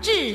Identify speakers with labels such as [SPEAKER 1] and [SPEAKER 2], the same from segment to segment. [SPEAKER 1] 致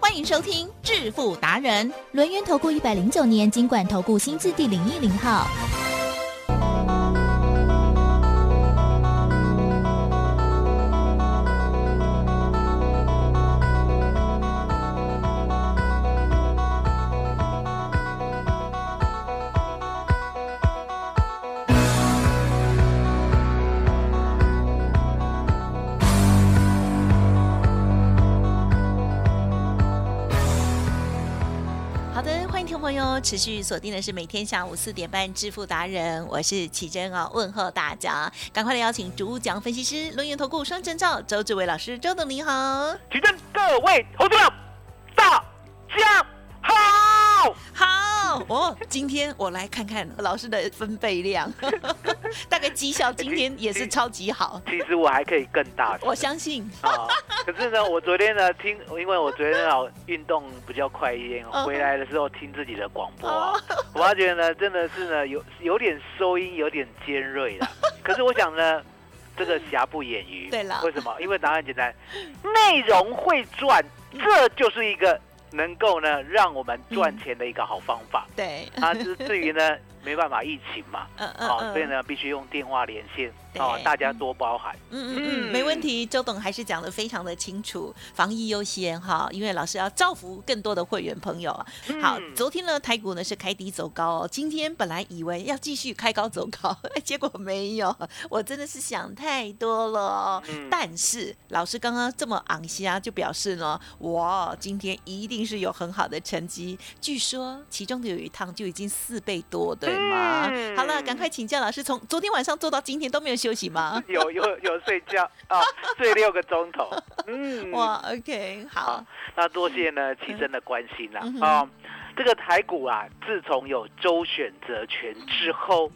[SPEAKER 1] 欢迎收听《致富达人》，
[SPEAKER 2] 轮源投顾一百零九年经管投顾新字第零一零号。
[SPEAKER 1] 好的，欢迎听众朋友持续锁定的是每天下午四点半《致富达人》，我是奇珍啊，问候大家，赶快来邀请主讲分析师、轮源投顾双证照周志伟老师，周董您好。
[SPEAKER 3] 请正各位投资者大家好。
[SPEAKER 1] 好哦，今天我来看看老师的分贝 量，大概绩效今天也是超级好，
[SPEAKER 3] 其实我还可以更大声
[SPEAKER 1] 我相信。
[SPEAKER 3] 啊，可是呢，我昨天呢听，因为我昨天啊运动比较快一点
[SPEAKER 1] 嗯，哦
[SPEAKER 3] 回来的时候听自己的广播啊，我发觉呢真的是呢有有点收音有点尖锐 了，可是我想呢。这个瑕不掩瑜，
[SPEAKER 1] 对啦
[SPEAKER 3] 为什么？因为答案很简单，内容会赚，这就是一个能够呢让我们赚钱的一个好方法。
[SPEAKER 1] 对，
[SPEAKER 3] 啊，至至于呢，没办法，疫情嘛，
[SPEAKER 1] 嗯嗯
[SPEAKER 3] 哦，所以
[SPEAKER 1] 嗯
[SPEAKER 3] 呢，必须用电话连线，
[SPEAKER 1] 对
[SPEAKER 3] 哦，大家多包涵。
[SPEAKER 1] 嗯嗯嗯，没问题。周董还是讲的非常的清楚，防疫优先哈，因为老师要造福更多的会员朋友啊。好，
[SPEAKER 3] 嗯
[SPEAKER 1] 昨天呢，台股呢是开低走高哦。今天本来以为要继续开高走高， 结果没有。我真的是想太多了哦。
[SPEAKER 3] 嗯
[SPEAKER 1] 但是老师刚刚这么昂瞎，就表示呢，哇，今天一定是有很好的成绩。据说其中的有一趟就已经四倍多，对吗？
[SPEAKER 3] 嗯
[SPEAKER 1] 好了，赶快请教老师，从昨天晚上做到今天都没有休息吗？
[SPEAKER 3] 有有有睡觉 啊，睡六个钟头，嗯，
[SPEAKER 1] 哇，OK，好
[SPEAKER 3] 好，那多谢呢齐真的关心啦
[SPEAKER 1] 嗯哼
[SPEAKER 3] 啊。这个台股啊，自从有周选择权之后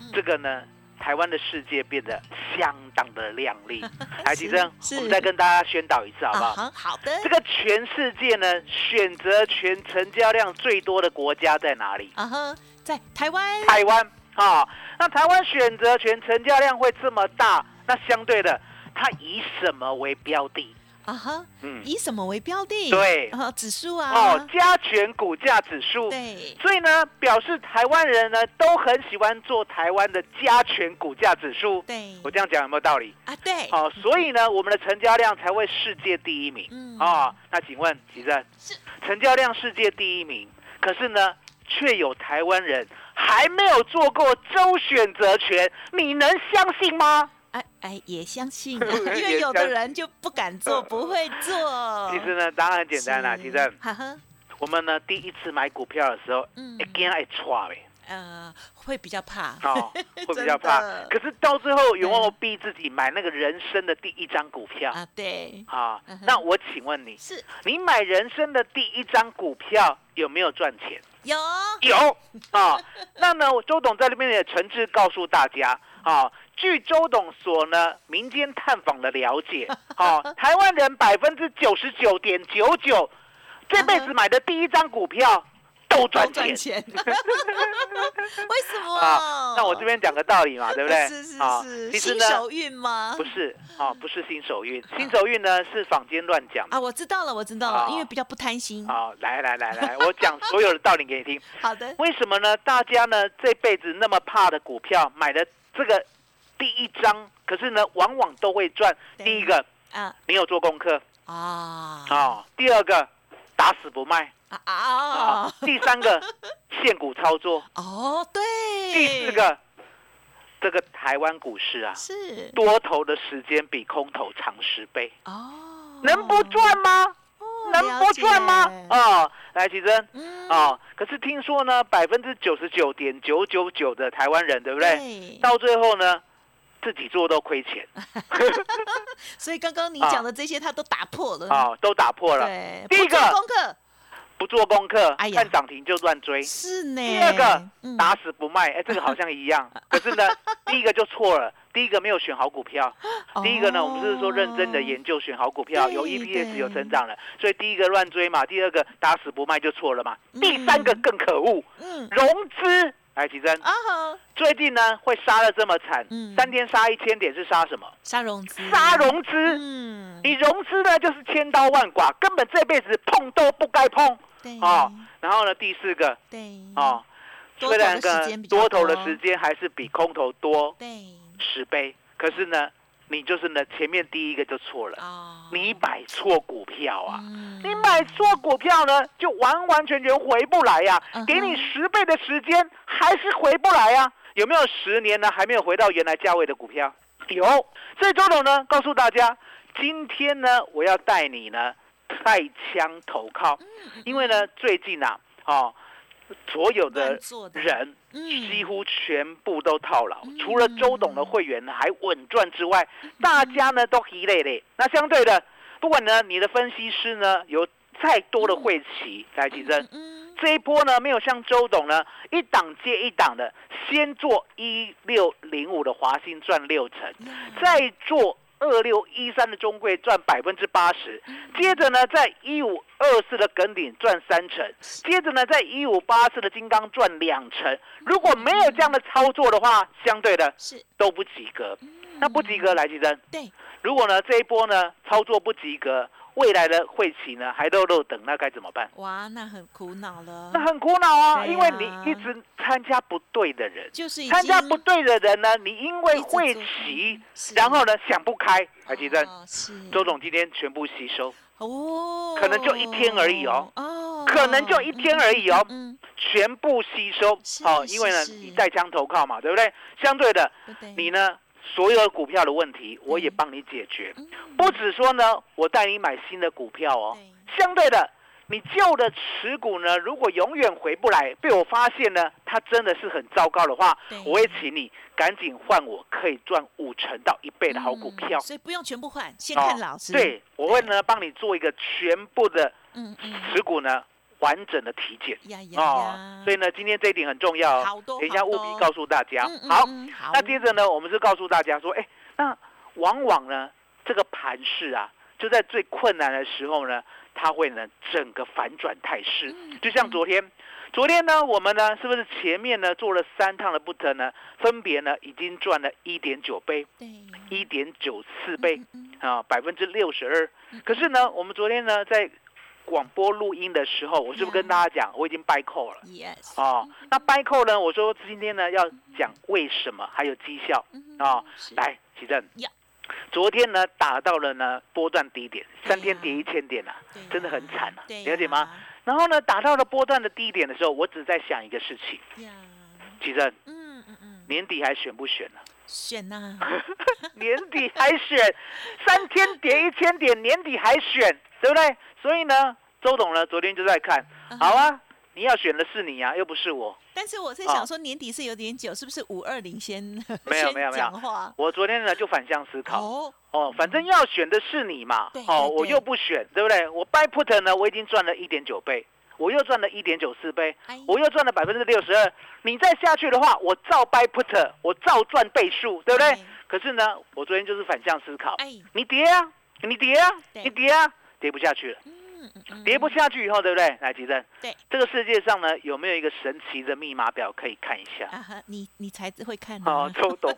[SPEAKER 1] 嗯，
[SPEAKER 3] 这个呢，台湾的世界变得相当的亮 丽。来，齐真，
[SPEAKER 1] 是
[SPEAKER 3] 我们再跟大家宣导一次好不
[SPEAKER 1] 啊
[SPEAKER 3] 好？
[SPEAKER 1] 哈，好的，
[SPEAKER 3] 这个全世界呢，选择权成交量最多的国家在哪里？
[SPEAKER 1] 啊哈，在台湾，
[SPEAKER 3] 台湾啊、那台湾选择权成交量会这么大，那相对的，它以什么为标的？
[SPEAKER 1] 啊哈，
[SPEAKER 3] 嗯，
[SPEAKER 1] 以什么为标的？
[SPEAKER 3] 对
[SPEAKER 1] 啊，指数啊，
[SPEAKER 3] 哦，加权股价指数。
[SPEAKER 1] 对，
[SPEAKER 3] 所以呢，表示台湾人呢都很喜欢做台湾的加权股价指数。
[SPEAKER 1] 对，
[SPEAKER 3] 我这样讲有没有道理？
[SPEAKER 1] 啊，对，
[SPEAKER 3] 好、所以呢，我们的成交量才会世界第一名。
[SPEAKER 1] 嗯
[SPEAKER 3] 啊、那请问吉正
[SPEAKER 1] 是，
[SPEAKER 3] 成交量世界第一名，可是呢，却有台湾人还没有做过周选择权，你能相信吗？
[SPEAKER 1] 哎哎，也相信，
[SPEAKER 3] 也
[SPEAKER 1] 因为有
[SPEAKER 3] 相
[SPEAKER 1] 的
[SPEAKER 3] 信哦
[SPEAKER 1] 人就不敢做，不会做。
[SPEAKER 3] 其实呢，答案很简单啦、
[SPEAKER 1] 嗯是
[SPEAKER 3] 吉正，
[SPEAKER 1] 哈哈，
[SPEAKER 3] 我们呢第一次买股票的时候，
[SPEAKER 1] 嗯
[SPEAKER 3] 一惊一踹呗，
[SPEAKER 1] 呃，会比较怕。
[SPEAKER 3] 哦，会比较怕
[SPEAKER 1] 真的。
[SPEAKER 3] 可是到最后，有没有逼自己买那个人生的第一张股票？
[SPEAKER 1] 啊，对，
[SPEAKER 3] 啊
[SPEAKER 1] 嗯哼，
[SPEAKER 3] 那我请问你，
[SPEAKER 1] 是
[SPEAKER 3] 你买人生的第一张股票有没有赚钱？
[SPEAKER 1] 有，
[SPEAKER 3] 有啊、那呢，我周董在这边也诚挚告诉大家啊、据周董所呢民间探访的了解，啊、台湾人百分之九十九点九九这辈子买的第一张股票都赚
[SPEAKER 1] 都
[SPEAKER 3] 钱
[SPEAKER 1] 赚。 钱。为什么？
[SPEAKER 3] 啊那我这边讲个道理嘛，对不 对？
[SPEAKER 1] 是是
[SPEAKER 3] 啊
[SPEAKER 1] 是，
[SPEAKER 3] 其实
[SPEAKER 1] 新
[SPEAKER 3] 呢，
[SPEAKER 1] 手运吗
[SPEAKER 3] 不？是啊，不是新手运，新手运呢是坊间乱讲的
[SPEAKER 1] 啊，我知道了，我知道了，
[SPEAKER 3] 啊
[SPEAKER 1] 因为比较不贪心。
[SPEAKER 3] 啊。来来来来，我讲所有的道理给你听。
[SPEAKER 1] 好的，
[SPEAKER 3] 为什么呢？大家呢这辈子那么怕的股票，买的这个第一张，可是呢往往都会赚。
[SPEAKER 1] 对
[SPEAKER 3] 第一个
[SPEAKER 1] 啊
[SPEAKER 3] 没有做功课
[SPEAKER 1] 啊
[SPEAKER 3] 啊、第二个打死不卖
[SPEAKER 1] 啊
[SPEAKER 3] 啊、
[SPEAKER 1] 啊！
[SPEAKER 3] 第三个现股操作，
[SPEAKER 1] 哦， 对，
[SPEAKER 3] 第四个这个台湾股市啊，
[SPEAKER 1] 是
[SPEAKER 3] 多头的时间比空头长十倍，
[SPEAKER 1] 哦，
[SPEAKER 3] 能不赚吗？
[SPEAKER 1] 哦
[SPEAKER 3] 能不赚吗？
[SPEAKER 1] 了解
[SPEAKER 3] 啊、来奇珍。
[SPEAKER 1] 嗯，
[SPEAKER 3] 啊、可是听说呢，百分之九十九点九九九的台湾人，对不对？
[SPEAKER 1] 对，
[SPEAKER 3] 到最后呢，自己做都亏钱
[SPEAKER 1] 所以刚刚你
[SPEAKER 3] 啊
[SPEAKER 1] 讲的这些，他都打破了。
[SPEAKER 3] 啊、都打破了。
[SPEAKER 1] 嗯对，
[SPEAKER 3] 第一
[SPEAKER 1] 不做
[SPEAKER 3] 个
[SPEAKER 1] 功课
[SPEAKER 3] 不做功课，
[SPEAKER 1] 哎呀
[SPEAKER 3] 看涨停就乱追。
[SPEAKER 1] 是呢。
[SPEAKER 3] 哎第二个
[SPEAKER 1] 嗯
[SPEAKER 3] 打死不卖，哎，这 个好像一样，可是呢，第一个就错了。第一个没有选好股票，第一个呢，我们是说认真的研究选好股票，
[SPEAKER 1] 哦对
[SPEAKER 3] 有
[SPEAKER 1] 对
[SPEAKER 3] EPS 有成长了，所以第一个乱追嘛，第二个打死不卖就错了嘛，
[SPEAKER 1] 嗯
[SPEAKER 3] 第三个更可恶，
[SPEAKER 1] 嗯
[SPEAKER 3] 融资来奇珍，
[SPEAKER 1] 啊哈，
[SPEAKER 3] 最近呢会杀的这么惨
[SPEAKER 1] 嗯，
[SPEAKER 3] 三天杀一千点是杀什么？
[SPEAKER 1] 沙融资，
[SPEAKER 3] 杀融资，
[SPEAKER 1] 嗯，
[SPEAKER 3] 你融资呢就是千刀万剐，根本这辈子碰都不该碰。
[SPEAKER 1] 对
[SPEAKER 3] 哦然后呢，第四个
[SPEAKER 1] 对，
[SPEAKER 3] 哦，
[SPEAKER 1] 嗯多头
[SPEAKER 3] 虽
[SPEAKER 1] 的
[SPEAKER 3] 然
[SPEAKER 1] 时间
[SPEAKER 3] 跟
[SPEAKER 1] 比较多
[SPEAKER 3] 多头的时间还是比空头多
[SPEAKER 1] 对
[SPEAKER 3] 十倍，可是呢，你就是呢前面第一个就错了，
[SPEAKER 1] 啊，
[SPEAKER 3] 你买错股票啊。
[SPEAKER 1] 嗯
[SPEAKER 3] 你买错股票呢，就完完全全回不来呀、
[SPEAKER 1] 嗯哼
[SPEAKER 3] 给你十倍的时间，还是回不来呀、有没有十年呢，还没有回到原来价位的股票？有。所以周董呢，告诉大家，今天呢，我要带你呢，太枪投靠，
[SPEAKER 1] 嗯
[SPEAKER 3] 因为呢，最近啊，哦，所有
[SPEAKER 1] 乱
[SPEAKER 3] 的
[SPEAKER 1] 做的
[SPEAKER 3] 人
[SPEAKER 1] 嗯
[SPEAKER 3] 几乎全部都套牢，
[SPEAKER 1] 嗯
[SPEAKER 3] 除了周董的会员还稳赚之外，大家呢都疲累累。那相对的，不管呢你的分析师呢有再多的晦气，来奇珍。
[SPEAKER 1] 嗯
[SPEAKER 3] 这一波呢，没有像周董呢一档接一档的，先做一六零五的华兴赚六成，
[SPEAKER 1] 嗯
[SPEAKER 3] 再做二六一三的中贵赚百分之八十，接着呢，在一五二四的耿鼎赚三成，接着呢，在一五八四的金刚赚两成。如果没有这样的操作的话，相对的
[SPEAKER 1] 是嗯
[SPEAKER 3] 都不及格。那不及格，来吉珍。
[SPEAKER 1] 对，
[SPEAKER 3] 如果呢这一波呢操作不及格，未来的会期呢还都漏等，那该怎么办？
[SPEAKER 1] 哇，那很苦恼了，
[SPEAKER 3] 那很苦恼啊，
[SPEAKER 1] 嗯对呀
[SPEAKER 3] 因为你一直参加不对的人，
[SPEAKER 1] 就是已
[SPEAKER 3] 参加
[SPEAKER 1] 经
[SPEAKER 3] 不对的人呢，你因
[SPEAKER 1] 一
[SPEAKER 3] 为
[SPEAKER 1] 直做
[SPEAKER 3] 会
[SPEAKER 1] 不
[SPEAKER 3] 期，
[SPEAKER 1] 是
[SPEAKER 3] 然后呢想不开，台积电。
[SPEAKER 1] 哦是
[SPEAKER 3] 周董今天全部吸收，
[SPEAKER 1] 哦，
[SPEAKER 3] 可能就一天而已哦
[SPEAKER 1] 哦，
[SPEAKER 3] 可能就一天而已哦
[SPEAKER 1] 嗯，嗯
[SPEAKER 3] 全部吸收
[SPEAKER 1] 是
[SPEAKER 3] 哦，
[SPEAKER 1] 是
[SPEAKER 3] 因为呢
[SPEAKER 1] 是
[SPEAKER 3] 你带枪投靠嘛，对不对？相对的，
[SPEAKER 1] 嗯对
[SPEAKER 3] 你呢所有的股票的问题，我也
[SPEAKER 1] 对
[SPEAKER 3] 帮你解决。
[SPEAKER 1] 嗯
[SPEAKER 3] 不止说呢，我带你买新的股票哦
[SPEAKER 1] 对，
[SPEAKER 3] 相对的，你旧的持股呢，如果永远回不来，被我发现呢，它真的是很糟糕的话
[SPEAKER 1] 对，
[SPEAKER 3] 我会请你赶紧换我可以赚五成到一倍的好股票
[SPEAKER 1] 嗯。所以不用全部换，先
[SPEAKER 3] 哦
[SPEAKER 1] 看老师，
[SPEAKER 3] 对，我会呢帮你做一个全部的
[SPEAKER 1] 嗯嗯，
[SPEAKER 3] 持股呢完整的体检
[SPEAKER 1] 呀呀
[SPEAKER 3] 哦
[SPEAKER 1] 呀，，
[SPEAKER 3] 所以呢，今天这一点很重要
[SPEAKER 1] 好
[SPEAKER 3] 哦，
[SPEAKER 1] 多
[SPEAKER 3] 等一下
[SPEAKER 1] 好
[SPEAKER 3] 务
[SPEAKER 1] 多
[SPEAKER 3] 必告诉大家
[SPEAKER 1] 嗯。嗯
[SPEAKER 3] 好，
[SPEAKER 1] 嗯好，
[SPEAKER 3] 那接着呢，我们是告诉大家说，哎，那往往呢，这个盘势啊，就在最困难的时候呢，它会呢整个反转态势。
[SPEAKER 1] 嗯
[SPEAKER 3] 就像昨天，昨天呢，我们呢是不是前面呢做了三趟的 put 呢，分别呢已经赚了一点九倍、
[SPEAKER 1] 对
[SPEAKER 3] 一点九四倍
[SPEAKER 1] 嗯嗯
[SPEAKER 3] 啊，百分之六十二。可是呢，我们昨天呢在广播录音的时候，我是不是跟大家
[SPEAKER 1] 嗯
[SPEAKER 3] 讲，我已经 buy call 了？
[SPEAKER 1] ，yes，
[SPEAKER 3] 哦，那 buy call 呢？我说今天呢要讲为什么，还有绩效。
[SPEAKER 1] 嗯
[SPEAKER 3] 哦，
[SPEAKER 1] 是
[SPEAKER 3] 来，奇正
[SPEAKER 1] 呀，
[SPEAKER 3] 昨天呢打到了呢波段低点，
[SPEAKER 1] 对呀
[SPEAKER 3] 三天跌一千点啊，
[SPEAKER 1] 对
[SPEAKER 3] 真的
[SPEAKER 1] 哎呀
[SPEAKER 3] 很惨啊
[SPEAKER 1] 对
[SPEAKER 3] 了解
[SPEAKER 1] 呀
[SPEAKER 3] 吗？然后呢打到了波段的低点的时候，我只在想一个事情，
[SPEAKER 1] 呀，
[SPEAKER 3] 奇正，
[SPEAKER 1] 嗯嗯嗯，
[SPEAKER 3] 年底还选不选 呢、
[SPEAKER 1] 选 呐，
[SPEAKER 3] 年底还选，三天跌一千点，年底还选，对不对？所以呢，周董呢昨天就在看， 好啊，你要选的是你啊，又不是我。
[SPEAKER 1] 嗯但是我在
[SPEAKER 3] 啊
[SPEAKER 1] 想说，年底是有点久，是不是五二零先
[SPEAKER 3] 没有
[SPEAKER 1] 先
[SPEAKER 3] 没有没有
[SPEAKER 1] 讲话？
[SPEAKER 3] 我昨天呢就反向思考，
[SPEAKER 1] 哦，
[SPEAKER 3] 哦，反正要选的是你嘛
[SPEAKER 1] 对，
[SPEAKER 3] 哦，
[SPEAKER 1] 对
[SPEAKER 3] 我
[SPEAKER 1] 对
[SPEAKER 3] 又不选，对不对？我 buy put 呢，我已经赚了一点九倍，我又赚了一点九四倍，
[SPEAKER 1] 哎
[SPEAKER 3] 我又赚了百分之六十二。你再下去的话，我照 buy put，我照赚倍数，对不对
[SPEAKER 1] 对？
[SPEAKER 3] 可是呢，我昨天就是反向思考，
[SPEAKER 1] 哎，
[SPEAKER 3] 你跌啊，你跌啊，
[SPEAKER 1] 对
[SPEAKER 3] 你跌啊，跌不下去了，
[SPEAKER 1] 嗯嗯嗯，
[SPEAKER 3] 跌不下去以后，对不对？来，吉正，
[SPEAKER 1] 对，
[SPEAKER 3] 这个世界上呢，有没有一个神奇的密码表可以看一下？
[SPEAKER 1] 啊哈，你你才会 看呢
[SPEAKER 3] 哦，周 董，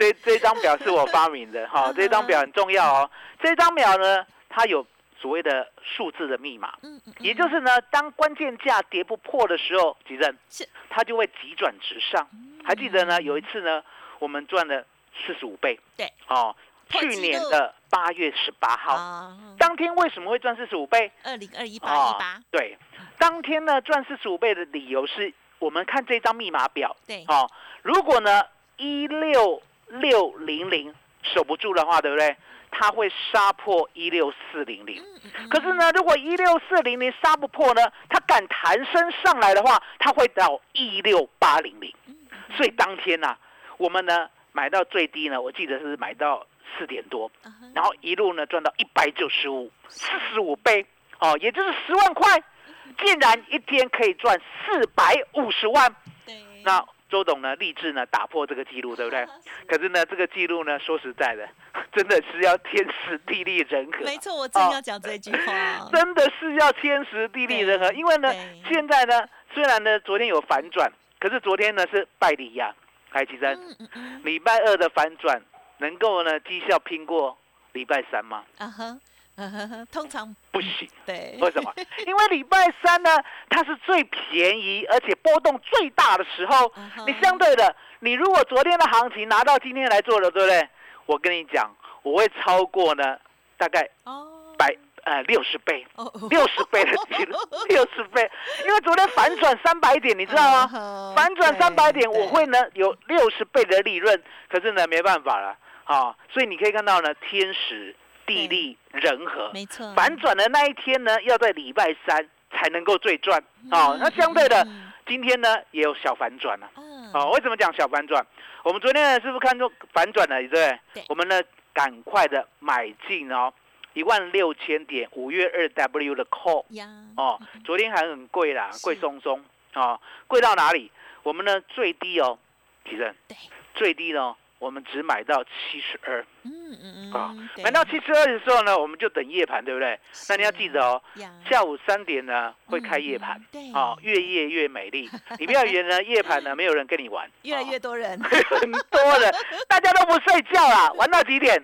[SPEAKER 3] 这这张表是我发明的哈、
[SPEAKER 1] 嗯
[SPEAKER 3] 这张表很重要哦。这张表呢，它有所谓的数字的密码，
[SPEAKER 1] 嗯嗯，
[SPEAKER 3] 也就是呢，当关键价跌不破的时候，吉正
[SPEAKER 1] 是嗯
[SPEAKER 3] 它就会急转直上。还记得呢，有一次呢，我们赚了四十五倍，
[SPEAKER 1] 对，
[SPEAKER 3] 哦，
[SPEAKER 1] 破纪
[SPEAKER 3] 去
[SPEAKER 1] 录哦
[SPEAKER 3] 年的八月十八号、
[SPEAKER 1] 好，
[SPEAKER 3] 当天为什么会赚四十五倍？
[SPEAKER 1] 啊二零二一
[SPEAKER 3] 哦
[SPEAKER 1] 八一八，
[SPEAKER 3] 对，当天呢赚四十五倍的理由是我们看这张密码表，
[SPEAKER 1] 对，
[SPEAKER 3] 哦，如果呢一六六零零守不住的话，对不对？它会杀破一六四零零。
[SPEAKER 1] 嗯嗯嗯
[SPEAKER 3] 可是呢，如果一六四零零杀不破呢，它敢弹升上来的话，它会到一六八零零。
[SPEAKER 1] 嗯
[SPEAKER 3] 所以当天呢、我们呢买到最低呢，我记得是买到四点多，
[SPEAKER 1] 啊哈
[SPEAKER 3] 然后一路呢赚到一百九十五，四十五倍哦，也就是十万块。竟然一天可以赚四百五十万。
[SPEAKER 1] 对，
[SPEAKER 3] 那周董呢，立志呢打破这个记录，对不对？ 可是呢，这个记录呢，说实在的， 真的是要天时地利人和。啊
[SPEAKER 1] 没错，我正要讲这句话。
[SPEAKER 3] 哦 真的是要天时地利人和，
[SPEAKER 1] 对
[SPEAKER 3] 因为呢
[SPEAKER 1] 对，
[SPEAKER 3] 现在呢，虽然呢昨天有反转，可是昨天呢是拜里亚，海奇珍，
[SPEAKER 1] 嗯嗯嗯，
[SPEAKER 3] 礼拜二的反转能够呢绩效拼过礼拜三吗？
[SPEAKER 1] 啊哈，啊哈哈，通常
[SPEAKER 3] 不行，
[SPEAKER 1] 对，
[SPEAKER 3] 为什 么？因为礼拜三呢，它是最便宜而且波动最大的时候
[SPEAKER 1] 嗯哼。
[SPEAKER 3] 你相对的，你如果昨天的行情拿到今天来做了，对不对？我跟你讲，我会超过呢大概
[SPEAKER 1] 哦，
[SPEAKER 3] 百呃六十倍。
[SPEAKER 1] 哦哦
[SPEAKER 3] 六十倍的记录， 六十倍，因为昨天反转三百点，你知道吗？
[SPEAKER 1] 吗
[SPEAKER 3] 反转三百点，我会呢有六十倍的利润，可是呢没办法了啊，所以你可以看到呢天时地利人和，
[SPEAKER 1] 没错，
[SPEAKER 3] 反转的那一天呢要在礼拜三才能够最赚啊。
[SPEAKER 1] 嗯
[SPEAKER 3] 那相对的，
[SPEAKER 1] 嗯
[SPEAKER 3] 今天呢也有小反转了
[SPEAKER 1] 嗯，
[SPEAKER 3] 啊。为什么讲小反转？我们昨天呢是不是看中反转了，对不对
[SPEAKER 1] 对？
[SPEAKER 3] 我们呢赶快的买进哦，一万六千点五月二 W 的 call。
[SPEAKER 1] 呀，
[SPEAKER 3] 哦，昨天还很贵啦，
[SPEAKER 1] 嗯是
[SPEAKER 3] 贵松松哦，贵到哪里？我们呢最低哦，提升
[SPEAKER 1] 对，
[SPEAKER 3] 最低呢，我们只买到七十二，
[SPEAKER 1] 嗯嗯
[SPEAKER 3] 啊
[SPEAKER 1] 嗯，对
[SPEAKER 3] 买到七十二的时候呢，我们就等夜盘，对不对？那你要记得哦，
[SPEAKER 1] 是呀，
[SPEAKER 3] 下午三点呢会开
[SPEAKER 1] 嗯
[SPEAKER 3] 夜盘
[SPEAKER 1] 嗯，对，
[SPEAKER 3] 哦，越夜越 美丽。你不要以为呢夜盘呢没有人跟你玩，
[SPEAKER 1] 越来越
[SPEAKER 3] 哦
[SPEAKER 1] 多人，
[SPEAKER 3] 很多人，大家都不睡觉啦，玩到 几点？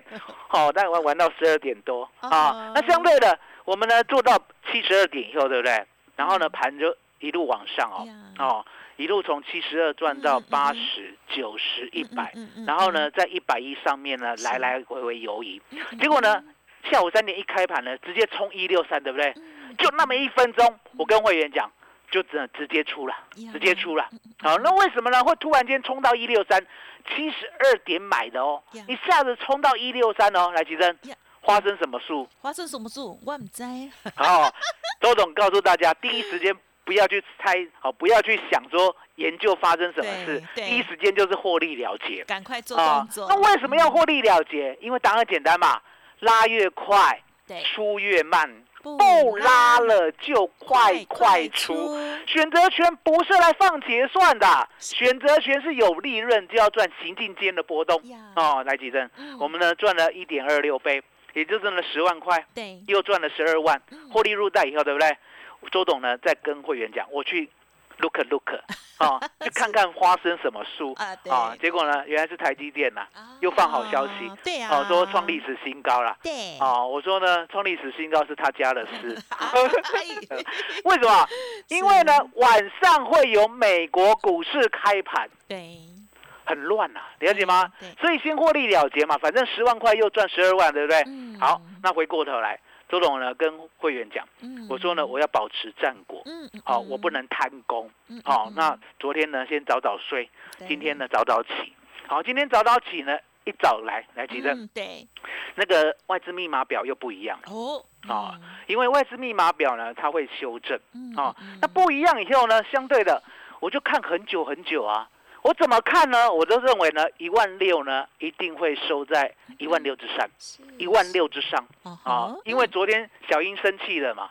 [SPEAKER 3] 哦，但玩玩到十二点多啊
[SPEAKER 1] 哦。
[SPEAKER 3] 那相对的，我们呢做到七十二点以后，对不对？然后呢盘就一路往上哦。
[SPEAKER 1] 嗯哎呀，
[SPEAKER 3] 哦，一路从七十二赚
[SPEAKER 1] 嗯
[SPEAKER 3] 到
[SPEAKER 1] 嗯
[SPEAKER 3] 八
[SPEAKER 1] 嗯
[SPEAKER 3] 十、九十、一百，
[SPEAKER 1] 嗯，嗯
[SPEAKER 3] 然后呢，，在一百一上面呢，
[SPEAKER 1] 是
[SPEAKER 3] 来来回回游移。
[SPEAKER 1] 嗯
[SPEAKER 3] 结果呢，下午三点一开盘呢，直接冲一六三，对不对？
[SPEAKER 1] 嗯
[SPEAKER 3] 就那么一分钟，我跟会员讲，就只能直接出了，
[SPEAKER 1] 呀
[SPEAKER 3] 直接出
[SPEAKER 1] 嗯
[SPEAKER 3] 了。好，那为什么呢？会突然间冲到一六三，七十二点买的哦
[SPEAKER 1] 呀，
[SPEAKER 3] 一下子冲到一六三哦，来吉珍
[SPEAKER 1] 呀，
[SPEAKER 3] 发生什么 树？
[SPEAKER 1] 花生什么树？我唔知道，
[SPEAKER 3] 好，周总告诉大家，第一时间不要去猜，好，不要去想说研究发生什么事，
[SPEAKER 1] 对对
[SPEAKER 3] 第一时间就是获利了结啊
[SPEAKER 1] 赶快做动作。
[SPEAKER 3] 那为什么要获利了结？因为答案简单嘛，拉越快
[SPEAKER 1] 对
[SPEAKER 3] 出越慢，
[SPEAKER 1] 不
[SPEAKER 3] 不拉了就快快出。选择权不是来放结算的，选择权是有利润就要赚行进间的波动
[SPEAKER 1] 呀
[SPEAKER 3] 哦。来几阵，
[SPEAKER 1] 嗯
[SPEAKER 3] 我们呢赚了一点二六倍，也就挣了十万块。
[SPEAKER 1] 对
[SPEAKER 3] 又赚了十二万
[SPEAKER 1] 嗯，
[SPEAKER 3] 获利入袋以后，对不对？周董呢在跟会员讲，我去 look look 啊，去看看花生什么树
[SPEAKER 1] 啊，对
[SPEAKER 3] 啊。结果呢，原来是台积电呐、
[SPEAKER 1] 啊
[SPEAKER 3] 又放好消息，
[SPEAKER 1] 对呀，
[SPEAKER 3] 哦、说创历史新高啦。
[SPEAKER 1] 对，
[SPEAKER 3] 哦，我说呢，创历史新高是他家的事，
[SPEAKER 1] 哎
[SPEAKER 3] 为 什么？因为呢，晚上会有美国股市开盘，
[SPEAKER 1] 对，
[SPEAKER 3] 很乱呐、了解吗
[SPEAKER 1] 对对？
[SPEAKER 3] 所以先获利了结嘛，反正十万块又赚十二万，对不对？
[SPEAKER 1] 嗯
[SPEAKER 3] 好，那回过头来，周董呢跟会员讲，
[SPEAKER 1] 嗯
[SPEAKER 3] 我说呢，我要保持战果，
[SPEAKER 1] 嗯，嗯
[SPEAKER 3] 好、我不，能贪功，
[SPEAKER 1] 嗯嗯
[SPEAKER 3] 好、
[SPEAKER 1] 嗯
[SPEAKER 3] 那昨天呢先早早睡，
[SPEAKER 1] 对
[SPEAKER 3] 今天呢早早起，好，今天早早起呢一早来来急诊，
[SPEAKER 1] 嗯对，
[SPEAKER 3] 那个外资密码表又不一样，
[SPEAKER 1] 哦，
[SPEAKER 3] 哦
[SPEAKER 1] 嗯，
[SPEAKER 3] 因为外资密码表呢它会修正，
[SPEAKER 1] 嗯
[SPEAKER 3] 哦，
[SPEAKER 1] 嗯
[SPEAKER 3] 那不一样以后呢，相对的我就看很久很久啊。我怎么看呢？我都认为呢，一万六呢一定会收在一万六之上，
[SPEAKER 1] 是
[SPEAKER 3] 一万六之上
[SPEAKER 1] 嗯哦
[SPEAKER 3] 啊
[SPEAKER 1] 吼，
[SPEAKER 3] 因为昨天小英生气了嘛，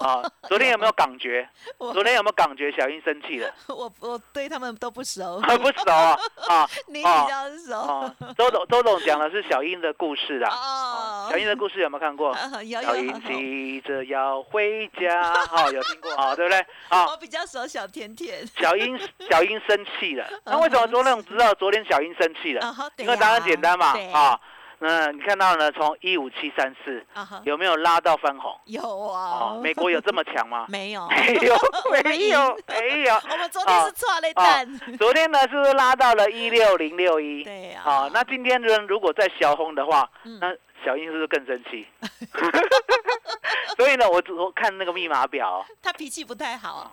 [SPEAKER 3] 啊，昨天有没有感 觉？
[SPEAKER 1] 我
[SPEAKER 3] 昨天有没有感觉小英生气了？
[SPEAKER 1] 我我对他们都不熟，
[SPEAKER 3] 不熟啊啊
[SPEAKER 1] 你比
[SPEAKER 3] 哦
[SPEAKER 1] 较熟
[SPEAKER 3] 哦！周董周董讲的是小英的故事啦。
[SPEAKER 1] 哦
[SPEAKER 3] 啊 小英的故事有没有看过？
[SPEAKER 1] 啊有
[SPEAKER 3] 小
[SPEAKER 1] 有
[SPEAKER 3] 英
[SPEAKER 1] 有，
[SPEAKER 3] 急着要回家，哦，有听过啊、哦，对不对？啊、
[SPEAKER 1] 我比较熟小甜甜，
[SPEAKER 3] 小 英小英生气了。那为什么昨天我知道昨天小英生气了？
[SPEAKER 1] 啊哈，嗯对
[SPEAKER 3] 因为答案
[SPEAKER 1] 呀
[SPEAKER 3] 简单嘛
[SPEAKER 1] 对
[SPEAKER 3] 啊。那你看到呢？从一五七三四
[SPEAKER 1] 啊哈，
[SPEAKER 3] 有没有拉到翻红？
[SPEAKER 1] 有啊？
[SPEAKER 3] 哦，，美国有这么强吗
[SPEAKER 1] 没 有，
[SPEAKER 3] 没有，没有，没有。
[SPEAKER 1] 我们昨天是错
[SPEAKER 3] 啊
[SPEAKER 1] 了一蛋，
[SPEAKER 3] 昨天呢，是不是拉到了一六零六 一？
[SPEAKER 1] 对呀，
[SPEAKER 3] 好，啊那今天呢，如果再小红的话，
[SPEAKER 1] 嗯
[SPEAKER 3] 那小英是不是更生气？ 所以呢，我我看那个密码表，
[SPEAKER 1] 他脾气不太好，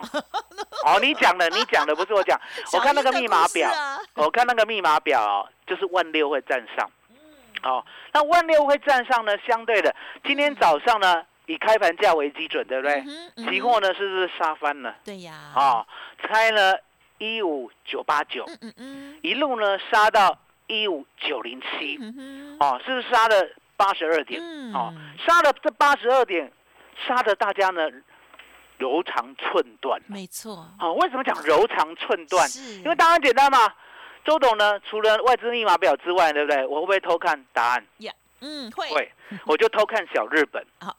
[SPEAKER 3] 哦，你讲的，你讲的不是我讲，我看那个密码
[SPEAKER 1] 小
[SPEAKER 3] 表
[SPEAKER 1] 英的故事，啊
[SPEAKER 3] 我哦看那个密码表哦、就是万六会站上，
[SPEAKER 1] 嗯
[SPEAKER 3] 好、那万六会站上呢，相对的，今天早上呢，以开盘价为基准，对不对
[SPEAKER 1] 嗯？哼嗯哼
[SPEAKER 3] 期货呢是不是杀翻了？
[SPEAKER 1] 对呀，
[SPEAKER 3] 哦，开了一五九八九，
[SPEAKER 1] 嗯嗯嗯
[SPEAKER 3] 一路呢杀到一五九零七，
[SPEAKER 1] 嗯哼，
[SPEAKER 3] 哦，是不是杀了八十二点？
[SPEAKER 1] 嗯
[SPEAKER 3] 哦，杀了这八十二点，杀的大家呢柔肠寸断。
[SPEAKER 1] 没错，
[SPEAKER 3] 好、为什么讲柔肠寸断？
[SPEAKER 1] 是
[SPEAKER 3] 因为答案简单嘛。周董呢，除了外资密码表之外，对不对？我会不会偷看答案？
[SPEAKER 1] 嗯会
[SPEAKER 3] 会，我就偷看小日本
[SPEAKER 1] 好，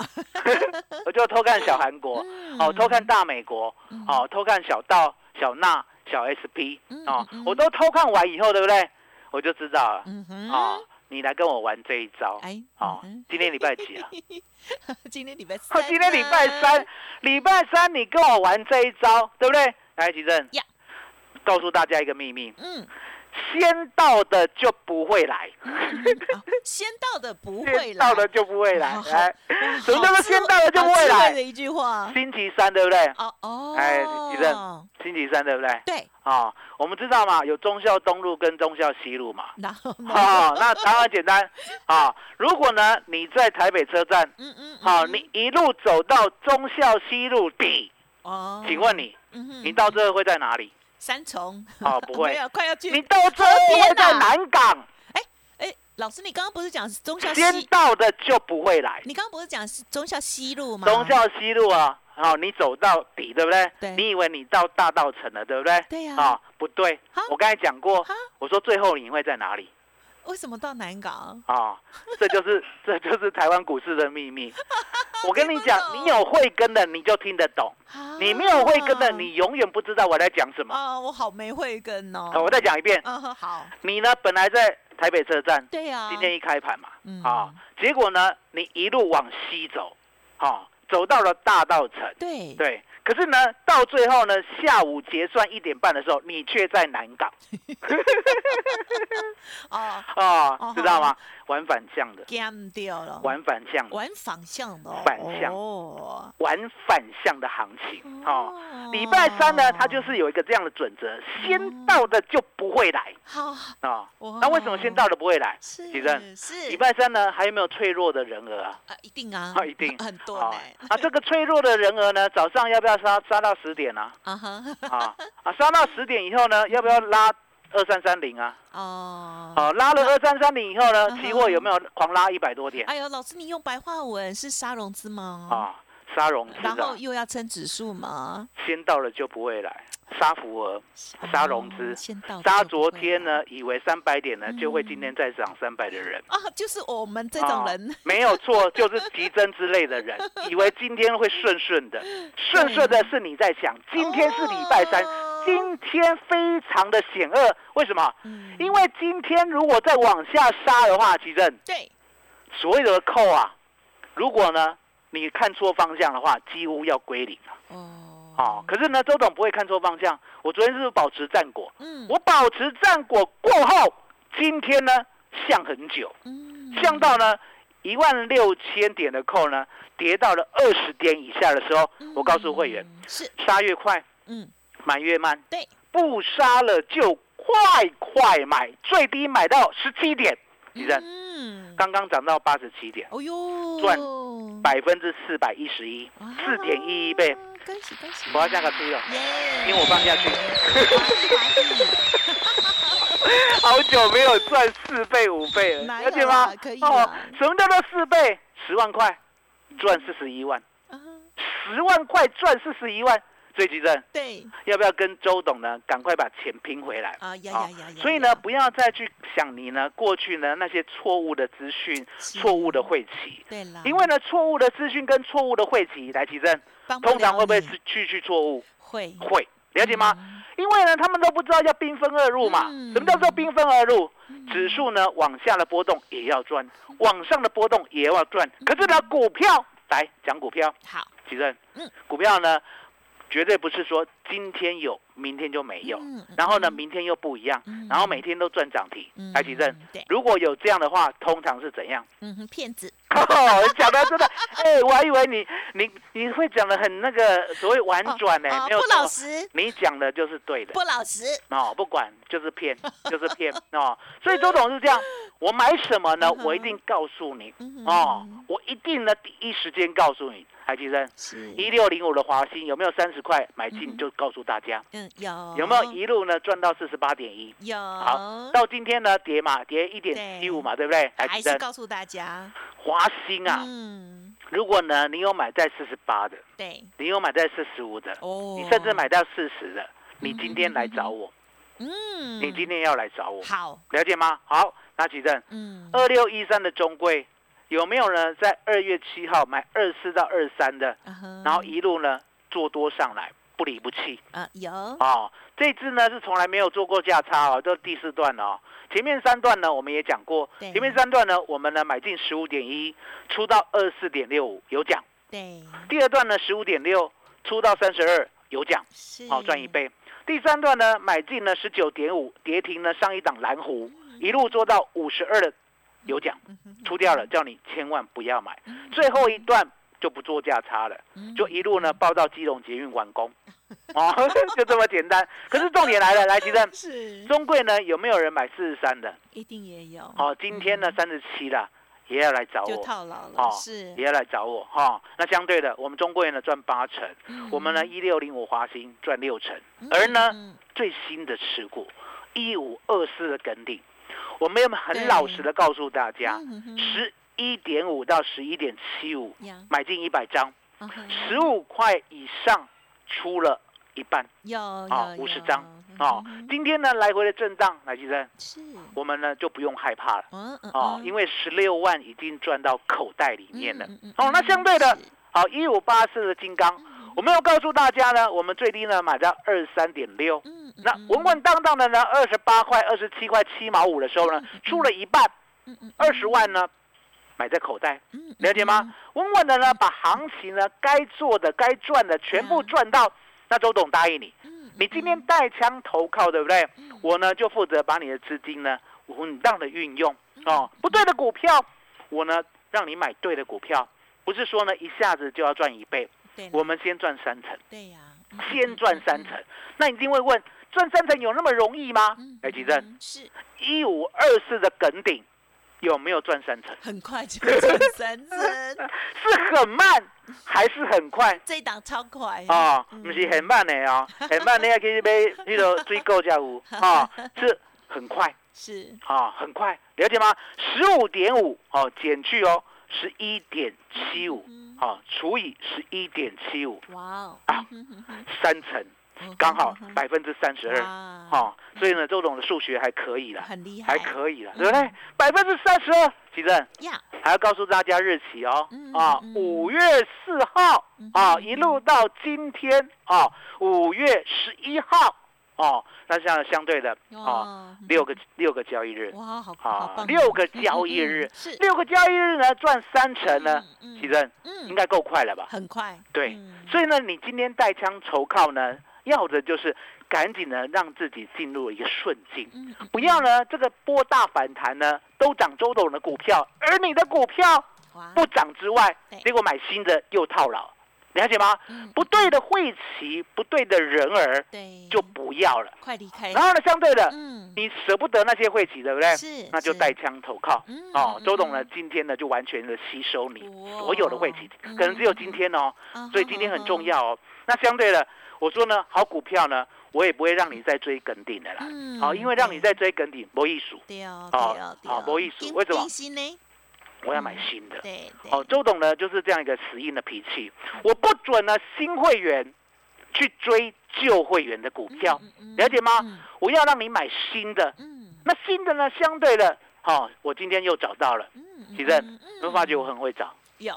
[SPEAKER 3] 我就偷看小韩国，
[SPEAKER 1] 嗯
[SPEAKER 3] 哦，偷看大美国，哦，偷看小道、小纳、小 SP，
[SPEAKER 1] 嗯
[SPEAKER 3] 哦
[SPEAKER 1] 嗯嗯，
[SPEAKER 3] 我都偷看完以后，对不对？我就知道了，
[SPEAKER 1] 嗯哼
[SPEAKER 3] 哦，你来跟我玩这一招，
[SPEAKER 1] 哎
[SPEAKER 3] 哦
[SPEAKER 1] 嗯，
[SPEAKER 3] 今天礼拜 几啊？
[SPEAKER 1] 今天礼拜三
[SPEAKER 3] 哦
[SPEAKER 1] 啊，
[SPEAKER 3] 今天礼拜三，礼拜三你跟我玩这一招，对不对？来，奇正
[SPEAKER 1] 呀，
[SPEAKER 3] 告诉大家一个秘密，
[SPEAKER 1] 嗯，
[SPEAKER 3] 先到的就不会来，
[SPEAKER 1] 嗯好先到的不会
[SPEAKER 3] 先
[SPEAKER 1] 来，
[SPEAKER 3] 到的就不会来
[SPEAKER 1] 好，好
[SPEAKER 3] 来。
[SPEAKER 1] 哇
[SPEAKER 3] 什么
[SPEAKER 1] 好智
[SPEAKER 3] 叫做先
[SPEAKER 1] 慧
[SPEAKER 3] 到了就
[SPEAKER 1] 好
[SPEAKER 3] 不
[SPEAKER 1] 智
[SPEAKER 3] 会
[SPEAKER 1] 慧
[SPEAKER 3] 来
[SPEAKER 1] 的一句话，
[SPEAKER 3] 星期三对不对？
[SPEAKER 1] 哦哦，
[SPEAKER 3] 哎李正星期三对不对？
[SPEAKER 1] 对，
[SPEAKER 3] 哦，我们知道嘛，有忠孝东路跟忠孝西路嘛。
[SPEAKER 1] 然后呢，
[SPEAKER 3] 哦，那当然简单啊、哦。如果呢你在台北车站，
[SPEAKER 1] 嗯嗯，
[SPEAKER 3] 好、
[SPEAKER 1] 嗯
[SPEAKER 3] 你一路走到忠孝西路底，
[SPEAKER 1] 哦，
[SPEAKER 3] 请问你，
[SPEAKER 1] 嗯哼，
[SPEAKER 3] 你到这会在哪里？
[SPEAKER 1] 三重，
[SPEAKER 3] 哦，不
[SPEAKER 1] 没
[SPEAKER 3] 会，
[SPEAKER 1] 有，快要
[SPEAKER 3] 你
[SPEAKER 1] 去，
[SPEAKER 3] 到这
[SPEAKER 1] 天哪
[SPEAKER 3] 会在南港，
[SPEAKER 1] 哎，老师，你刚刚不是讲是中校
[SPEAKER 3] 先
[SPEAKER 1] 西，
[SPEAKER 3] 到的就不会来。
[SPEAKER 1] 你刚刚不是讲是中校西路吗？
[SPEAKER 3] 忠孝西路啊，好、你走到底，对不对？
[SPEAKER 1] 对
[SPEAKER 3] 你以为你到大道城了，对不对？
[SPEAKER 1] 对呀
[SPEAKER 3] 哦，不对
[SPEAKER 1] 哈，
[SPEAKER 3] 我刚才讲过
[SPEAKER 1] 哈，
[SPEAKER 3] 我说最后你会在哪里？
[SPEAKER 1] 为什么到南港？
[SPEAKER 3] 啊、 这就是这就是台湾股市的秘密。我跟你讲，
[SPEAKER 1] 听不懂
[SPEAKER 3] 你有慧根的，你就听得懂；
[SPEAKER 1] 啊
[SPEAKER 3] 你没有慧根的，你永远不知道我在讲什么。
[SPEAKER 1] 啊，我好没慧根哦
[SPEAKER 3] 好，我再讲一遍，
[SPEAKER 1] 嗯哼，好，
[SPEAKER 3] 你呢本来在台北车站，
[SPEAKER 1] 对呀，
[SPEAKER 3] 今天一开盘嘛，啊、
[SPEAKER 1] 哦嗯
[SPEAKER 3] 结果呢，你一路往西走，啊、走到了大道城，
[SPEAKER 1] 对
[SPEAKER 3] 对。可是呢，到最后呢，下午结算一点半的时候，你却在南港
[SPEAKER 1] 哦，
[SPEAKER 3] 啊、
[SPEAKER 1] 哦
[SPEAKER 3] 知道吗？玩反向的，
[SPEAKER 1] 干掉了，
[SPEAKER 3] 玩反向的，
[SPEAKER 1] 玩反向的哦，
[SPEAKER 3] 反向
[SPEAKER 1] 哦，
[SPEAKER 3] 玩反向的行情，哦。
[SPEAKER 1] 哦
[SPEAKER 3] 礼拜三呢，它就是有一个这样的准则，先到的就不会来
[SPEAKER 1] 哦好，
[SPEAKER 3] 啊。
[SPEAKER 1] 哇
[SPEAKER 3] 那为什么先到的不会来？
[SPEAKER 1] 是
[SPEAKER 3] 几阵
[SPEAKER 1] 是
[SPEAKER 3] 礼拜三呢，还有没有脆弱的人儿啊？
[SPEAKER 1] 啊，一定啊，
[SPEAKER 3] 啊一定
[SPEAKER 1] 很多
[SPEAKER 3] 啊
[SPEAKER 1] 呢，
[SPEAKER 3] 啊，这个脆弱的人儿呢，早上要不要杀杀到 十点啊？
[SPEAKER 1] 啊哈，
[SPEAKER 3] 啊啊，杀到十点以后呢，要不要拉二三三零啊？
[SPEAKER 1] 哦，
[SPEAKER 3] 哦，拉了二三三零以后呢
[SPEAKER 1] 嗯，哼
[SPEAKER 3] 期货有没有狂拉一百多点
[SPEAKER 1] 哎呦，老师，你用白话文是沙融资吗？
[SPEAKER 3] 啊？杀融资
[SPEAKER 1] 然后
[SPEAKER 3] 啊，
[SPEAKER 1] 又要称指数吗？
[SPEAKER 3] 先到了就不会来，杀福额，杀融资
[SPEAKER 1] 哦，先到
[SPEAKER 3] 杀
[SPEAKER 1] 就不会
[SPEAKER 3] 昨天
[SPEAKER 1] 了
[SPEAKER 3] 呢，以为三百点呢就会
[SPEAKER 1] 嗯
[SPEAKER 3] 今天再涨三百的人。
[SPEAKER 1] 啊，就是我们这种人
[SPEAKER 3] 哦，没有错，就是急增之类的人，以为今天会顺顺的，顺顺的是你在想，今天是礼拜三，
[SPEAKER 1] 哦
[SPEAKER 3] 今天非常的险恶，为什么？
[SPEAKER 1] 嗯
[SPEAKER 3] 因为今天如果再往下杀的话，奇正
[SPEAKER 1] 对，
[SPEAKER 3] 所谓的扣啊，如果呢你看错方向的话，几乎要归零了
[SPEAKER 1] 哦，
[SPEAKER 3] 哦。可是呢，周董不会看错方向，我昨天是不是保持战果，
[SPEAKER 1] 嗯，
[SPEAKER 3] 我保持战果过后，今天呢像很久。
[SPEAKER 1] 嗯
[SPEAKER 3] 降到呢一万六千点的扣呢，跌到了二十点以下的时候，我告诉会员，
[SPEAKER 1] 嗯是，
[SPEAKER 3] 杀越快
[SPEAKER 1] 嗯，
[SPEAKER 3] 买越慢，
[SPEAKER 1] 对，
[SPEAKER 3] 不杀了就快快买，最低买到十七点，你看
[SPEAKER 1] 嗯，
[SPEAKER 3] 刚刚涨到八十七点，
[SPEAKER 1] 哦哟，
[SPEAKER 3] 赚
[SPEAKER 1] 嗯
[SPEAKER 3] 百分之四百一十一，四点一一倍，
[SPEAKER 1] 哇，啊恭喜恭喜，
[SPEAKER 3] 我要下个注意了，
[SPEAKER 1] 耶，
[SPEAKER 3] 因为我放下去
[SPEAKER 1] 去，
[SPEAKER 3] 好久没有赚四倍五倍了，
[SPEAKER 1] 嗯哪有
[SPEAKER 3] 了解吗
[SPEAKER 1] 啊？可以啦
[SPEAKER 3] 哦，什么叫做四倍？十万块赚四十一万，
[SPEAKER 1] 啊
[SPEAKER 3] 十万块赚四十一万，最急症。
[SPEAKER 1] 对，
[SPEAKER 3] 要不要跟周董呢？赶快把钱拼回来
[SPEAKER 1] 啊呀
[SPEAKER 3] 啊
[SPEAKER 1] 呀呀呀，
[SPEAKER 3] 所以
[SPEAKER 1] 呀
[SPEAKER 3] 呢，，不要再去想你呢过去呢那些错误的资讯、
[SPEAKER 1] 是啊
[SPEAKER 3] 错误的晦气，
[SPEAKER 1] 对啦，
[SPEAKER 3] 因为呢错误的资讯跟错误的晦气，来奇正
[SPEAKER 1] 帮不
[SPEAKER 3] 通常
[SPEAKER 1] 了嗯
[SPEAKER 3] 会不会
[SPEAKER 1] 你
[SPEAKER 3] 是去去错误？
[SPEAKER 1] 会
[SPEAKER 3] 会，了解吗？？因为呢他们都不知道要兵分二路嘛。
[SPEAKER 1] 嗯
[SPEAKER 3] 什么叫做兵分二路？指数呢往下的波动也要赚，往上的波动也要赚。可是呢股票来讲股票，
[SPEAKER 1] 好，
[SPEAKER 3] 奇正，
[SPEAKER 1] 嗯
[SPEAKER 3] 股票呢，绝对不是说今天有，明天就没有，
[SPEAKER 1] 嗯
[SPEAKER 3] 然后呢，明天又不一样，
[SPEAKER 1] 嗯
[SPEAKER 3] 然后每天都赚涨停
[SPEAKER 1] 嗯。
[SPEAKER 3] 来，奇正，
[SPEAKER 1] 对，
[SPEAKER 3] 如果有这样的话，通常是怎样？
[SPEAKER 1] 嗯哼，骗子，
[SPEAKER 3] 哦，讲的 真的，哎，我还以为你你你会讲的很那个所谓婉
[SPEAKER 1] 哦
[SPEAKER 3] 转呢欸
[SPEAKER 1] 哦，
[SPEAKER 3] 没有
[SPEAKER 1] 不老
[SPEAKER 3] 错，
[SPEAKER 1] 实，
[SPEAKER 3] 你讲的就是对的
[SPEAKER 1] 不。老实，
[SPEAKER 3] 哦，不管就是骗， 就是骗哦。所以周董是这样，我买什么呢？
[SPEAKER 1] 嗯哼
[SPEAKER 3] 我一定告诉你
[SPEAKER 1] 嗯哼
[SPEAKER 3] 哦，我一定呢第一时间告诉你。来，奇正，
[SPEAKER 1] 是，
[SPEAKER 3] 一六零五的华兴有没有三十块买
[SPEAKER 1] 嗯
[SPEAKER 3] 进？
[SPEAKER 1] 哼
[SPEAKER 3] 就告诉大家、
[SPEAKER 1] 嗯，有
[SPEAKER 3] 有没有一路呢赚到四十八点一。
[SPEAKER 1] 有
[SPEAKER 3] 好，到今天呢跌嘛，跌一点七五嘛，对不对？
[SPEAKER 1] 还
[SPEAKER 3] 来，奇
[SPEAKER 1] 是
[SPEAKER 3] 珍，
[SPEAKER 1] 告诉大家，
[SPEAKER 3] 华兴啊，
[SPEAKER 1] 嗯，
[SPEAKER 3] 如果呢，你有买在四十八的，
[SPEAKER 1] 对，
[SPEAKER 3] 你有买在四十五的，
[SPEAKER 1] 哦，
[SPEAKER 3] 你甚至买到四十的，你今天来找我，
[SPEAKER 1] 嗯，
[SPEAKER 3] 你今天要来找我，
[SPEAKER 1] 好，
[SPEAKER 3] 了解吗？好，那举证。
[SPEAKER 1] 嗯，
[SPEAKER 3] 二六一三的中规有没有呢？在二月七号买二四到二三的，
[SPEAKER 1] 然
[SPEAKER 3] 然后一路呢做多上来，不离不弃
[SPEAKER 1] 啊有，
[SPEAKER 3] 哦。这只呢是从来没有做过价差哦，这是第四段哦。前面三段呢我们也讲过，
[SPEAKER 1] 对
[SPEAKER 3] 前面三段呢我们呢买进十五点一，出到二四点六五有奖。
[SPEAKER 1] 对，
[SPEAKER 3] 第二段呢十五点六，出到三十二有奖，
[SPEAKER 1] 是，
[SPEAKER 3] 好、赚一，倍。第三段呢买进呢十九点五，跌停呢上一档蓝湖，一路做到五十二的有奖。
[SPEAKER 1] 嗯哼嗯
[SPEAKER 3] 出掉了，叫你千万不要买。最后一段就不做价差了，就一路呢报到基隆捷运完工，哦， 就这么简单。可是重点来了，来吉正，
[SPEAKER 1] 是，
[SPEAKER 3] 中贵呢有没有人买四十三的？
[SPEAKER 1] 一定也有，
[SPEAKER 3] 哦，今天呢三十七了，也要来找
[SPEAKER 1] 嗯就
[SPEAKER 3] 我。
[SPEAKER 1] 套牢了，
[SPEAKER 3] 哦
[SPEAKER 1] 是，
[SPEAKER 3] 也要来找我哈、哦那相对的，我们中贵呢赚八成，
[SPEAKER 1] 嗯
[SPEAKER 3] 我们呢一六零五华兴赚六成，
[SPEAKER 1] 嗯
[SPEAKER 3] 而呢
[SPEAKER 1] 嗯
[SPEAKER 3] 最新的持股一五二四的梗顶，我们有没有
[SPEAKER 1] 对
[SPEAKER 3] 很老实的告诉大家，
[SPEAKER 1] 嗯哼
[SPEAKER 3] 十一点五到十一点七五
[SPEAKER 1] 呀，
[SPEAKER 3] 买进一百张，
[SPEAKER 1] 嗯哼
[SPEAKER 3] 十五块以上出了一半
[SPEAKER 1] 有
[SPEAKER 3] 啊
[SPEAKER 1] 有，
[SPEAKER 3] 五十
[SPEAKER 1] 有
[SPEAKER 3] 张哦
[SPEAKER 1] 嗯哼。
[SPEAKER 3] 今天呢来回的震荡，来吉生，
[SPEAKER 1] 是，
[SPEAKER 3] 我们呢就不用害怕了
[SPEAKER 1] 嗯嗯
[SPEAKER 3] 哦，因为十六万已经赚到口袋里面了。哦
[SPEAKER 1] 哦，
[SPEAKER 3] 那相对的
[SPEAKER 1] 是
[SPEAKER 3] 好，一五八四的金刚，
[SPEAKER 1] 嗯
[SPEAKER 3] 我们要告诉大家呢，我们最低呢买到二三点六，
[SPEAKER 1] 嗯，嗯
[SPEAKER 3] 那
[SPEAKER 1] 嗯
[SPEAKER 3] 稳稳当当的呢二十八块、二十七块七毛五的时候呢，出了一半，
[SPEAKER 1] 嗯嗯
[SPEAKER 3] 二十万呢买在口袋。
[SPEAKER 1] 嗯嗯
[SPEAKER 3] 了解吗？稳稳的呢，把行情呢该做的、该赚的全部赚到。那周董答应你，
[SPEAKER 1] 嗯嗯
[SPEAKER 3] 你今天带枪投靠，对不对？我呢就负责把你的资金呢稳当的运用
[SPEAKER 1] 嗯
[SPEAKER 3] 哦。不对的股票，我呢让你买对的股票，不是说呢一下子就要赚一倍，
[SPEAKER 1] 对了
[SPEAKER 3] 我们先赚三成，
[SPEAKER 1] 对呀，嗯
[SPEAKER 3] 先赚三成。那你一定会问，赚三成有那么容易吗？
[SPEAKER 1] 嗯
[SPEAKER 3] 哎，吉正，
[SPEAKER 1] 正是
[SPEAKER 3] 一五二四的梗顶有没有赚三成？
[SPEAKER 1] 很快 就转三针，
[SPEAKER 3] 是很慢还是很快？
[SPEAKER 1] 这一档超快
[SPEAKER 3] 哦，
[SPEAKER 1] 嗯
[SPEAKER 3] 不是很慢的 哦，很慢的要去买那个追购价有哦，是很快
[SPEAKER 1] 是
[SPEAKER 3] 哦，很快，了解吗？十五点五哦，减去哦，十一点七五
[SPEAKER 1] 嗯
[SPEAKER 3] 哦，除以十一点七五，
[SPEAKER 1] 哇哦
[SPEAKER 3] 啊，
[SPEAKER 1] 嗯哼哼
[SPEAKER 3] 三成
[SPEAKER 1] 哼
[SPEAKER 3] 刚好
[SPEAKER 1] 嗯哼哼
[SPEAKER 3] 百分之三十二
[SPEAKER 1] 哇
[SPEAKER 3] 哦，所以呢，周董的数学还可以啦，
[SPEAKER 1] 很厉害，
[SPEAKER 3] 还可以啦，对不对？百分之三十二，奇正
[SPEAKER 1] 嗯呀，
[SPEAKER 3] 还要告诉大家日期哦
[SPEAKER 1] 嗯，
[SPEAKER 3] 啊
[SPEAKER 1] 嗯，
[SPEAKER 3] 五月四号
[SPEAKER 1] 嗯
[SPEAKER 3] 啊，
[SPEAKER 1] 哼
[SPEAKER 3] 一路到今天啊，五月十一号哦，那这样相对的啊，
[SPEAKER 1] 哇，嗯
[SPEAKER 3] 六个六个交易日，
[SPEAKER 1] 哇，好好
[SPEAKER 3] 啊
[SPEAKER 1] 棒，，
[SPEAKER 3] 六个交易
[SPEAKER 1] 嗯
[SPEAKER 3] 日
[SPEAKER 1] 嗯，是
[SPEAKER 3] 六个交易日呢赚三成呢，
[SPEAKER 1] 嗯
[SPEAKER 3] 其实
[SPEAKER 1] 嗯
[SPEAKER 3] 应该够快了吧？
[SPEAKER 1] 很快，
[SPEAKER 3] 对
[SPEAKER 1] 嗯，
[SPEAKER 3] 所以呢，你今天带枪投靠呢，要的就是赶紧呢让自己进入一个顺境。
[SPEAKER 1] 嗯嗯
[SPEAKER 3] 不要呢，这个波大反弹呢，都涨周董的股票，而你的股票
[SPEAKER 1] 哇，
[SPEAKER 3] 不涨之外
[SPEAKER 1] 对，
[SPEAKER 3] 结果买新的又套牢，了解吗？
[SPEAKER 1] 嗯
[SPEAKER 3] 不对的晦气，不对的人儿
[SPEAKER 1] 对，
[SPEAKER 3] 就不要了。
[SPEAKER 1] 快离开，
[SPEAKER 3] 然后呢，相对的，
[SPEAKER 1] 嗯，
[SPEAKER 3] 你舍不得那些晦气，对不对？
[SPEAKER 1] 是
[SPEAKER 3] 那就是带枪投靠
[SPEAKER 1] 嗯。
[SPEAKER 3] 哦
[SPEAKER 1] 嗯，
[SPEAKER 3] 周董呢
[SPEAKER 1] 嗯，
[SPEAKER 3] 今天呢就完全的吸收你
[SPEAKER 1] 哇
[SPEAKER 3] 所有的晦气，
[SPEAKER 1] 嗯
[SPEAKER 3] 可能只有今天哦，
[SPEAKER 1] 啊
[SPEAKER 3] 所以今天很重，要哦。那相对的，我说呢，好股票呢，我也不会让你再追梗顶的啦。
[SPEAKER 1] 嗯
[SPEAKER 3] 好，因为让你
[SPEAKER 1] 对
[SPEAKER 3] 再追梗顶没意思，
[SPEAKER 1] 对哦，
[SPEAKER 3] 哦
[SPEAKER 1] 对哦，对
[SPEAKER 3] 好
[SPEAKER 1] 哦
[SPEAKER 3] 没意思
[SPEAKER 1] 定
[SPEAKER 3] 为什么
[SPEAKER 1] 定心呢？
[SPEAKER 3] 我要买新的。
[SPEAKER 1] 对对，
[SPEAKER 3] 哦，周董呢就是这样一个死硬的脾气，我不准呢新会员去追旧会员的股票，
[SPEAKER 1] 嗯，嗯
[SPEAKER 3] 了解吗？
[SPEAKER 1] 嗯
[SPEAKER 3] 我要让你买新的，
[SPEAKER 1] 嗯
[SPEAKER 3] 那新的呢，相对的，哦，我今天又找到了。
[SPEAKER 1] 嗯，
[SPEAKER 3] 其实
[SPEAKER 1] 嗯
[SPEAKER 3] 你会发觉我很会找，
[SPEAKER 1] 有，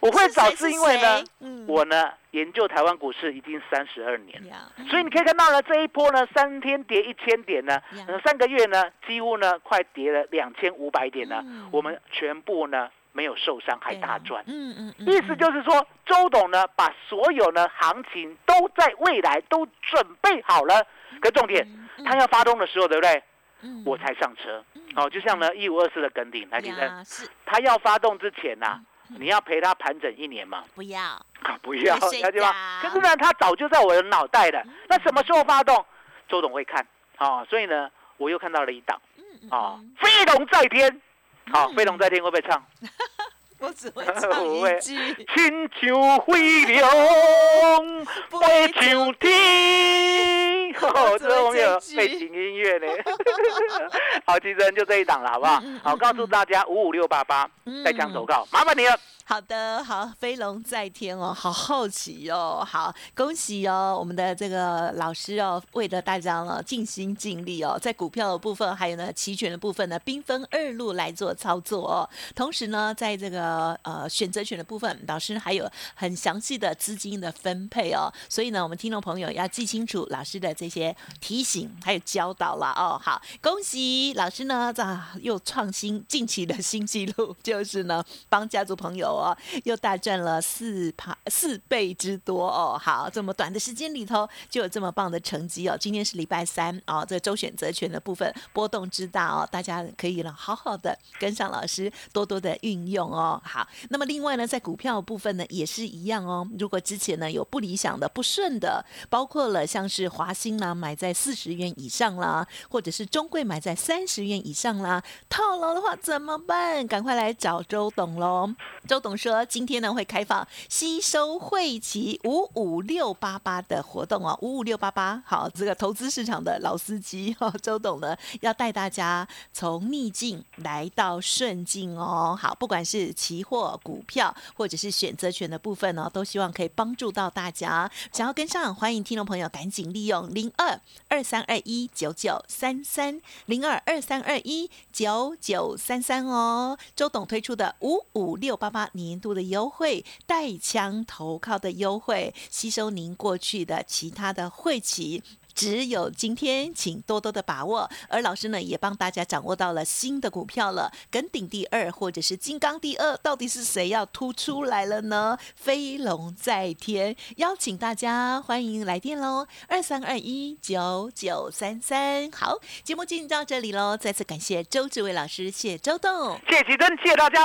[SPEAKER 3] 我 会找
[SPEAKER 1] 谁
[SPEAKER 3] 是因为呢
[SPEAKER 1] 谁，嗯
[SPEAKER 3] 我呢研究台湾股市已经三十二年了，
[SPEAKER 1] 呀，
[SPEAKER 3] 所以你可以看到呢这一波呢三天跌一千点呢
[SPEAKER 1] 呀，
[SPEAKER 3] 呃三个月呢几乎呢快跌了两千五百点呢
[SPEAKER 1] 嗯，
[SPEAKER 3] 我们全部呢没有受伤还
[SPEAKER 1] 对
[SPEAKER 3] 大
[SPEAKER 1] 啊
[SPEAKER 3] 赚。
[SPEAKER 1] 嗯嗯嗯，
[SPEAKER 3] 意思
[SPEAKER 1] 嗯
[SPEAKER 3] 就是说，周董呢，把所有呢行情都在未来都准备好了。可重点，
[SPEAKER 1] 嗯
[SPEAKER 3] 他要发动的时候，对不对？
[SPEAKER 1] 嗯
[SPEAKER 3] 我才上车
[SPEAKER 1] 嗯。
[SPEAKER 3] 哦，就像呢一五二四的梗顶来提升，
[SPEAKER 1] 呀嗯是
[SPEAKER 3] 他要发动之前呐、你要陪他盘整一年嘛？
[SPEAKER 1] 不要，
[SPEAKER 3] 啊，不要，
[SPEAKER 1] 我睡
[SPEAKER 3] 了解吗？
[SPEAKER 1] 着
[SPEAKER 3] 可是呢，他早就在我的脑袋
[SPEAKER 1] 嗯
[SPEAKER 3] 了。那什么时候发动？周董会看。哦，所以呢，我又看到了一档
[SPEAKER 1] 嗯嗯
[SPEAKER 3] 啊
[SPEAKER 1] 嗯，
[SPEAKER 3] 飞龙在天。好，
[SPEAKER 1] 嗯
[SPEAKER 3] 飞龙在天会不会唱？
[SPEAKER 1] 我只 会
[SPEAKER 3] 我会
[SPEAKER 1] 唱一句，
[SPEAKER 3] 亲像 飞龙
[SPEAKER 1] 不
[SPEAKER 3] 飞上天，吼、这个网友个
[SPEAKER 1] IG
[SPEAKER 3] 背景 音乐呢？好，其实就这一档了，好不好
[SPEAKER 1] 嗯嗯嗯？
[SPEAKER 3] 好，告诉大家五五六八八
[SPEAKER 1] 嗯
[SPEAKER 3] 带枪走告，麻烦你了。
[SPEAKER 1] 好的，好，飞龙在天哦，好好奇哦，好，恭喜哦，我们的这个老师哦，为了大家呢尽心尽力哦，在股票的部分，还有呢期权的部分呢，兵分二路来做操作哦。同时呢，在这个呃选择权的部分，老师还有很详细的资金的分配哦，所以呢，我们听众朋友要记清楚老师的这些提醒还有教导啦哦。好，恭喜老师呢，啊、又创新近期的新纪录，就是呢帮家族朋友哦又大赚了四趴四倍之多哦。好，这么短的时间里头就有这么棒的成绩哦。今天是礼拜三哦，这周选择权的部分波动之大哦，大家可以呢好好的跟上老师，多多的运用哦。好，那么另外呢，在股票部分呢也是一样哦。如果之前呢有不理想的、不顺的，包括了像是华兴啦，买在四十元以上啦，或者是中贵买在三十元以上啦，套牢的话怎么办？赶快来找周董喽！周董说，今天呢会开放吸收汇集五五六八八的活动哦，五五六八八。好，这个投资市场的老司机哦，周董呢要带大家从逆境来到顺境哦。好，不管是期货、股票或者是选择权的部分哦，都希望可以帮助到大家。想要跟上，欢迎听众朋友赶紧利用零二二三二一九九三三零二二三二一九九三三哦。周董推出的五五六八八年度的优惠，带枪投靠的优惠，吸收您过去的其他的会期。只有今天，请多多的把握。而老师呢，也帮大家掌握到了新的股票了，耿鼎第二或者是金刚第二，到底是谁要突出来了呢？飞龙在天，邀请大家欢迎来电喽，二三二一九九三三。好，节目进行到这里喽，再次感谢周志伟老师，谢谢周董。
[SPEAKER 3] 谢谢奇珍，谢谢大家，